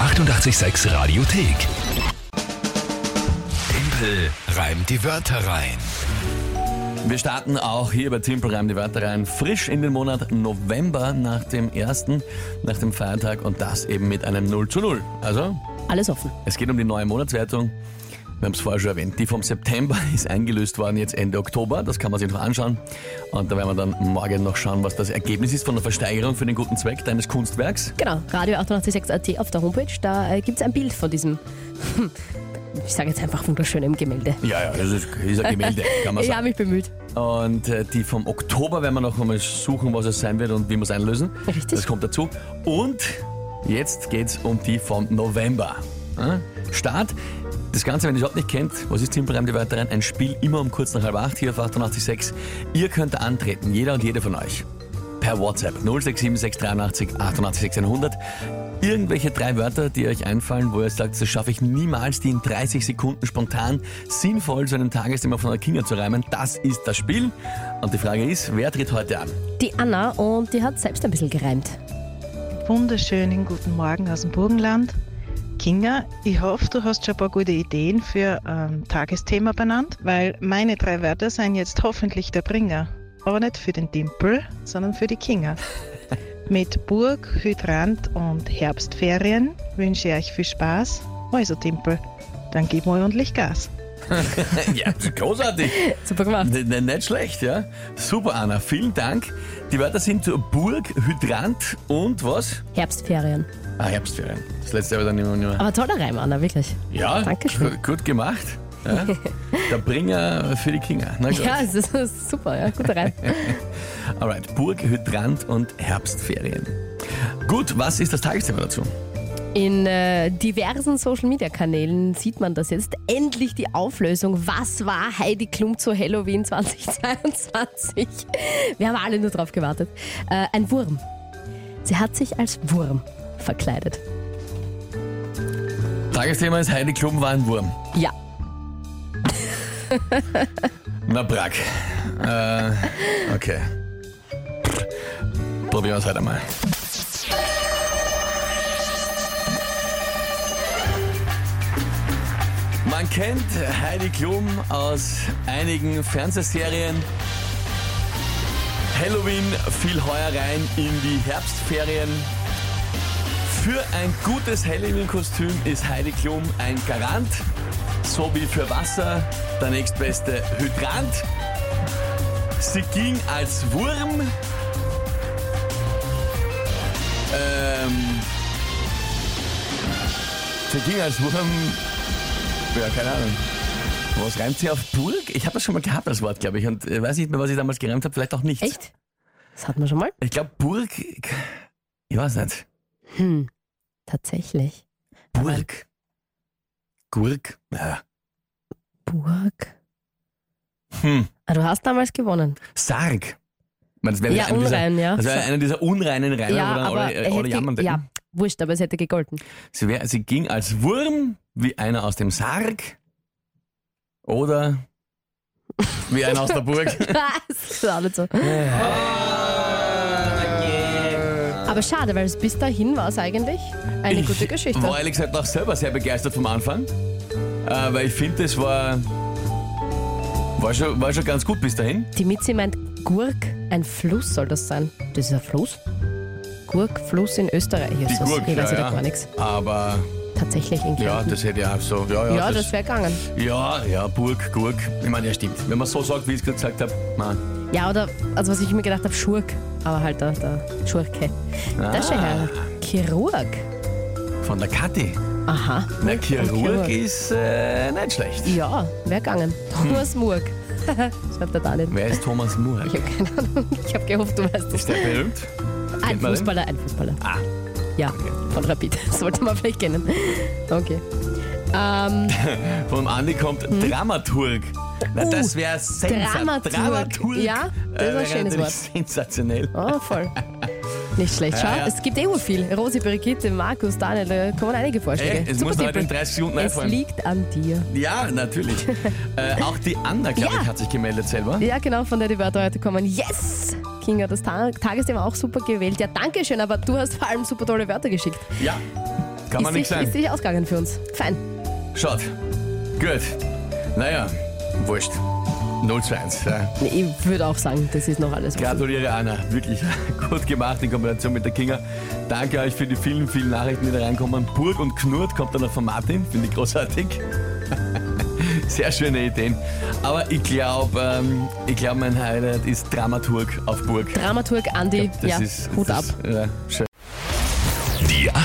886 Radiothek. Tempel reimt die Wörter rein. Wir starten auch hier bei Timpel Reim die Wörter rein frisch in den Monat November nach dem ersten, nach dem Feiertag und das eben mit einem 0 zu 0. Also, Alles offen. es geht um die neue Monatswertung. Wir haben es vorher schon erwähnt. Die vom September ist eingelöst worden, jetzt Ende Oktober. Das kann man sich noch anschauen. Und da werden wir dann morgen noch schauen, was das Ergebnis ist von der Versteigerung für den guten Zweck deines Kunstwerks. Genau, Radio 886.at auf der Homepage, da äh, gibt es ein Bild von diesem, ich sage jetzt einfach wunderschönem Gemälde. Ja, ja, das ist, ist ein Gemälde, kann man Ich sagen. habe mich bemüht. Und äh, die vom Oktober werden wir noch einmal suchen, was es sein wird und wie wir es einlösen. Richtig. Das kommt dazu. Und jetzt geht's um die vom November. Ja? Start. Das Ganze, wenn ihr es überhaupt nicht kennt, was ist Timbrem, die Wörter rein? Ein Spiel immer um kurz nach halb acht hier auf 886. Ihr könnt antreten, jeder und jede von euch. Per WhatsApp 0676 88 100. Irgendwelche drei Wörter, die euch einfallen, wo ihr sagt, das schaffe ich niemals, die in 30 Sekunden spontan sinnvoll zu einem Tagesthema von einer Kinga zu reimen. Das ist das Spiel. Und die Frage ist, wer tritt heute an? Die Anna und die hat selbst ein bisschen gereimt. Wunderschönen guten Morgen aus dem Burgenland. Kinga, ich hoffe, du hast schon ein paar gute Ideen für ein Tagesthema benannt, weil meine drei Wörter sind jetzt hoffentlich der Bringer. Aber nicht für den Dimpel, sondern für die Kinga. Mit Burg, Hydrant und Herbstferien wünsche ich euch viel Spaß. Also Dimpel, dann gib mal ordentlich Gas. Äh, ja, das ist großartig. Super gemacht. N n- nicht schlecht, ja. Super, Anna. Vielen Dank. Die Wörter sind Burg, Hydrant und was? Herbstferien. Ah, Herbstferien. Das letzte aber dann immer nicht mehr. Aber toller Reim, Anna, wirklich. Ja, Dankeschön. gu- gut gemacht. Ja. Der Bringer für die Kinder. Na gut. Ja, es ist, es ist super, ja, guter Reim. Alright, Burg, Hydrant und Herbstferien. Gut, was ist das Tagesthema dazu? In äh, diversen Social-Media-Kanälen sieht man das jetzt. Endlich die Auflösung. Was war Heidi Klum zu Halloween 2022? Wir haben alle nur drauf gewartet. Äh, ein Wurm. Sie hat sich als Wurm verkleidet. Tagesthema ist Heidi Klum war ein Wurm. Ja, Na Brack. Äh, okay. Probieren wir es heute mal. Man kennt Heidi Klum aus einigen Fernsehserien. Halloween fiel heuer rein in die Herbstferien. Für ein gutes Halloween-Kostüm ist Heidi Klum ein Garant, so wie für Wasser der nächstbeste Hydrant. Sie ging als Wurm. Ähm, sie ging als Wurm. Ja, keine Ahnung. Was reimt sie auf Burg? Ich habe das schon mal gehabt, das Wort, glaube ich. Und äh, weiß nicht mehr, was ich damals gereimt habe. Vielleicht auch nichts. echt? Das hatten wir schon mal. Ich glaube, Burg. Ich weiß nicht. Hm, tatsächlich. Burg. Gurk. Ja. Burg. Hm. Ah, du hast damals gewonnen. Sarg. Ich mein, Das wäre Ja, einer dieser, unrein, ja. das wäre Also, einer dieser unreinen Reiner, ja, wo dann aber alle, er alle hätte- jammern denken. ja, wurscht, aber es hätte gegolten. Sie, wär, sie ging als Wurm, wie einer aus dem Sarg. Oder wie einer aus der Burg. das ist auch nicht so. Aber schade, weil es bis dahin war es eigentlich eine gute Ich war Geschichte. ehrlich gesagt auch selber sehr begeistert vom Anfang. Äh, weil ich finde, das war, war, schon, war schon ganz gut bis dahin. Die Mitzi meint, Gurk, ein Fluss soll das sein. Das ist ein Fluss? Gurk, Fluss in Österreich. Die Jesus, Gurk, ich ja, weiß ja. ja. da gar nichts. Aber Tatsächlich in ja, Kärnten. das hätte ja auch so. Ja, ja, Ja, das, wäre gegangen. ja, ja, Burg, Gurk. Ich meine, ja, stimmt. Wenn man so sagt, wie ich es gerade gesagt habe, nein. Ja, oder, also was ich mir gedacht habe, Schurk. Aber halt der, der Schurke. Das ist ja Ah. geil. Chirurg. Von der Kathi. Aha. Na, Murk und Chirurg ist äh, nicht schlecht. Ja, wäre gegangen. Hm. Thomas Murk. Schreibt er da nicht. Wer ist Thomas Murk? Ich habe keine Ahnung. Ich habe gehofft, du weißt das. Ist der berühmt? Ein kennt man den? Fußballer, ein Fußballer. Ah, Ja, von Rapid. Sollte man vielleicht kennen. Okay. Ähm, vom Andi kommt Dramaturg. Na, Hm? Uh, das wäre sensationell. Dramaturg. Ja, das ist ein schönes Wort. Äh, Sensationell. oh, voll. Nicht schlecht. Schau, Ja, ja. es gibt eh viel. Rosi, Brigitte, Markus, Daniel, da kommen einige Vorschläge. Ey, es Super muss noch heute in simpel. 30 Sekunden Es einfallen. liegt an dir. Ja, natürlich. äh, auch die Anna, glaube Ja. ich, hat sich gemeldet selber. Ja, genau, von der die Wörter heute kommen. Yes! Kinga, das Ta Tagesthema auch super gewählt. Ja, danke schön, aber du hast vor allem super tolle Wörter geschickt. Ja. Kann man nicht ist, sich, sagen. ist sich ausgegangen für uns. Fein. Schaut. Gut. Naja, wurscht. 0 zu 1. Ja. Nee, Ich würde auch sagen, das ist noch alles offen. Gratuliere, Anna. Wirklich gut gemacht in Kombination mit der Kinga. Danke euch für die vielen, vielen Nachrichten, die da reinkommen. Burg und Knurrt kommt dann noch von Martin. Finde ich großartig. Sehr schöne Ideen. Aber ich glaube, ähm, ich glaube, mein Highlight ist Dramaturg auf Burg. Dramaturg Andi, Das ja, ist, Hut das, ab. Ja, schön. Die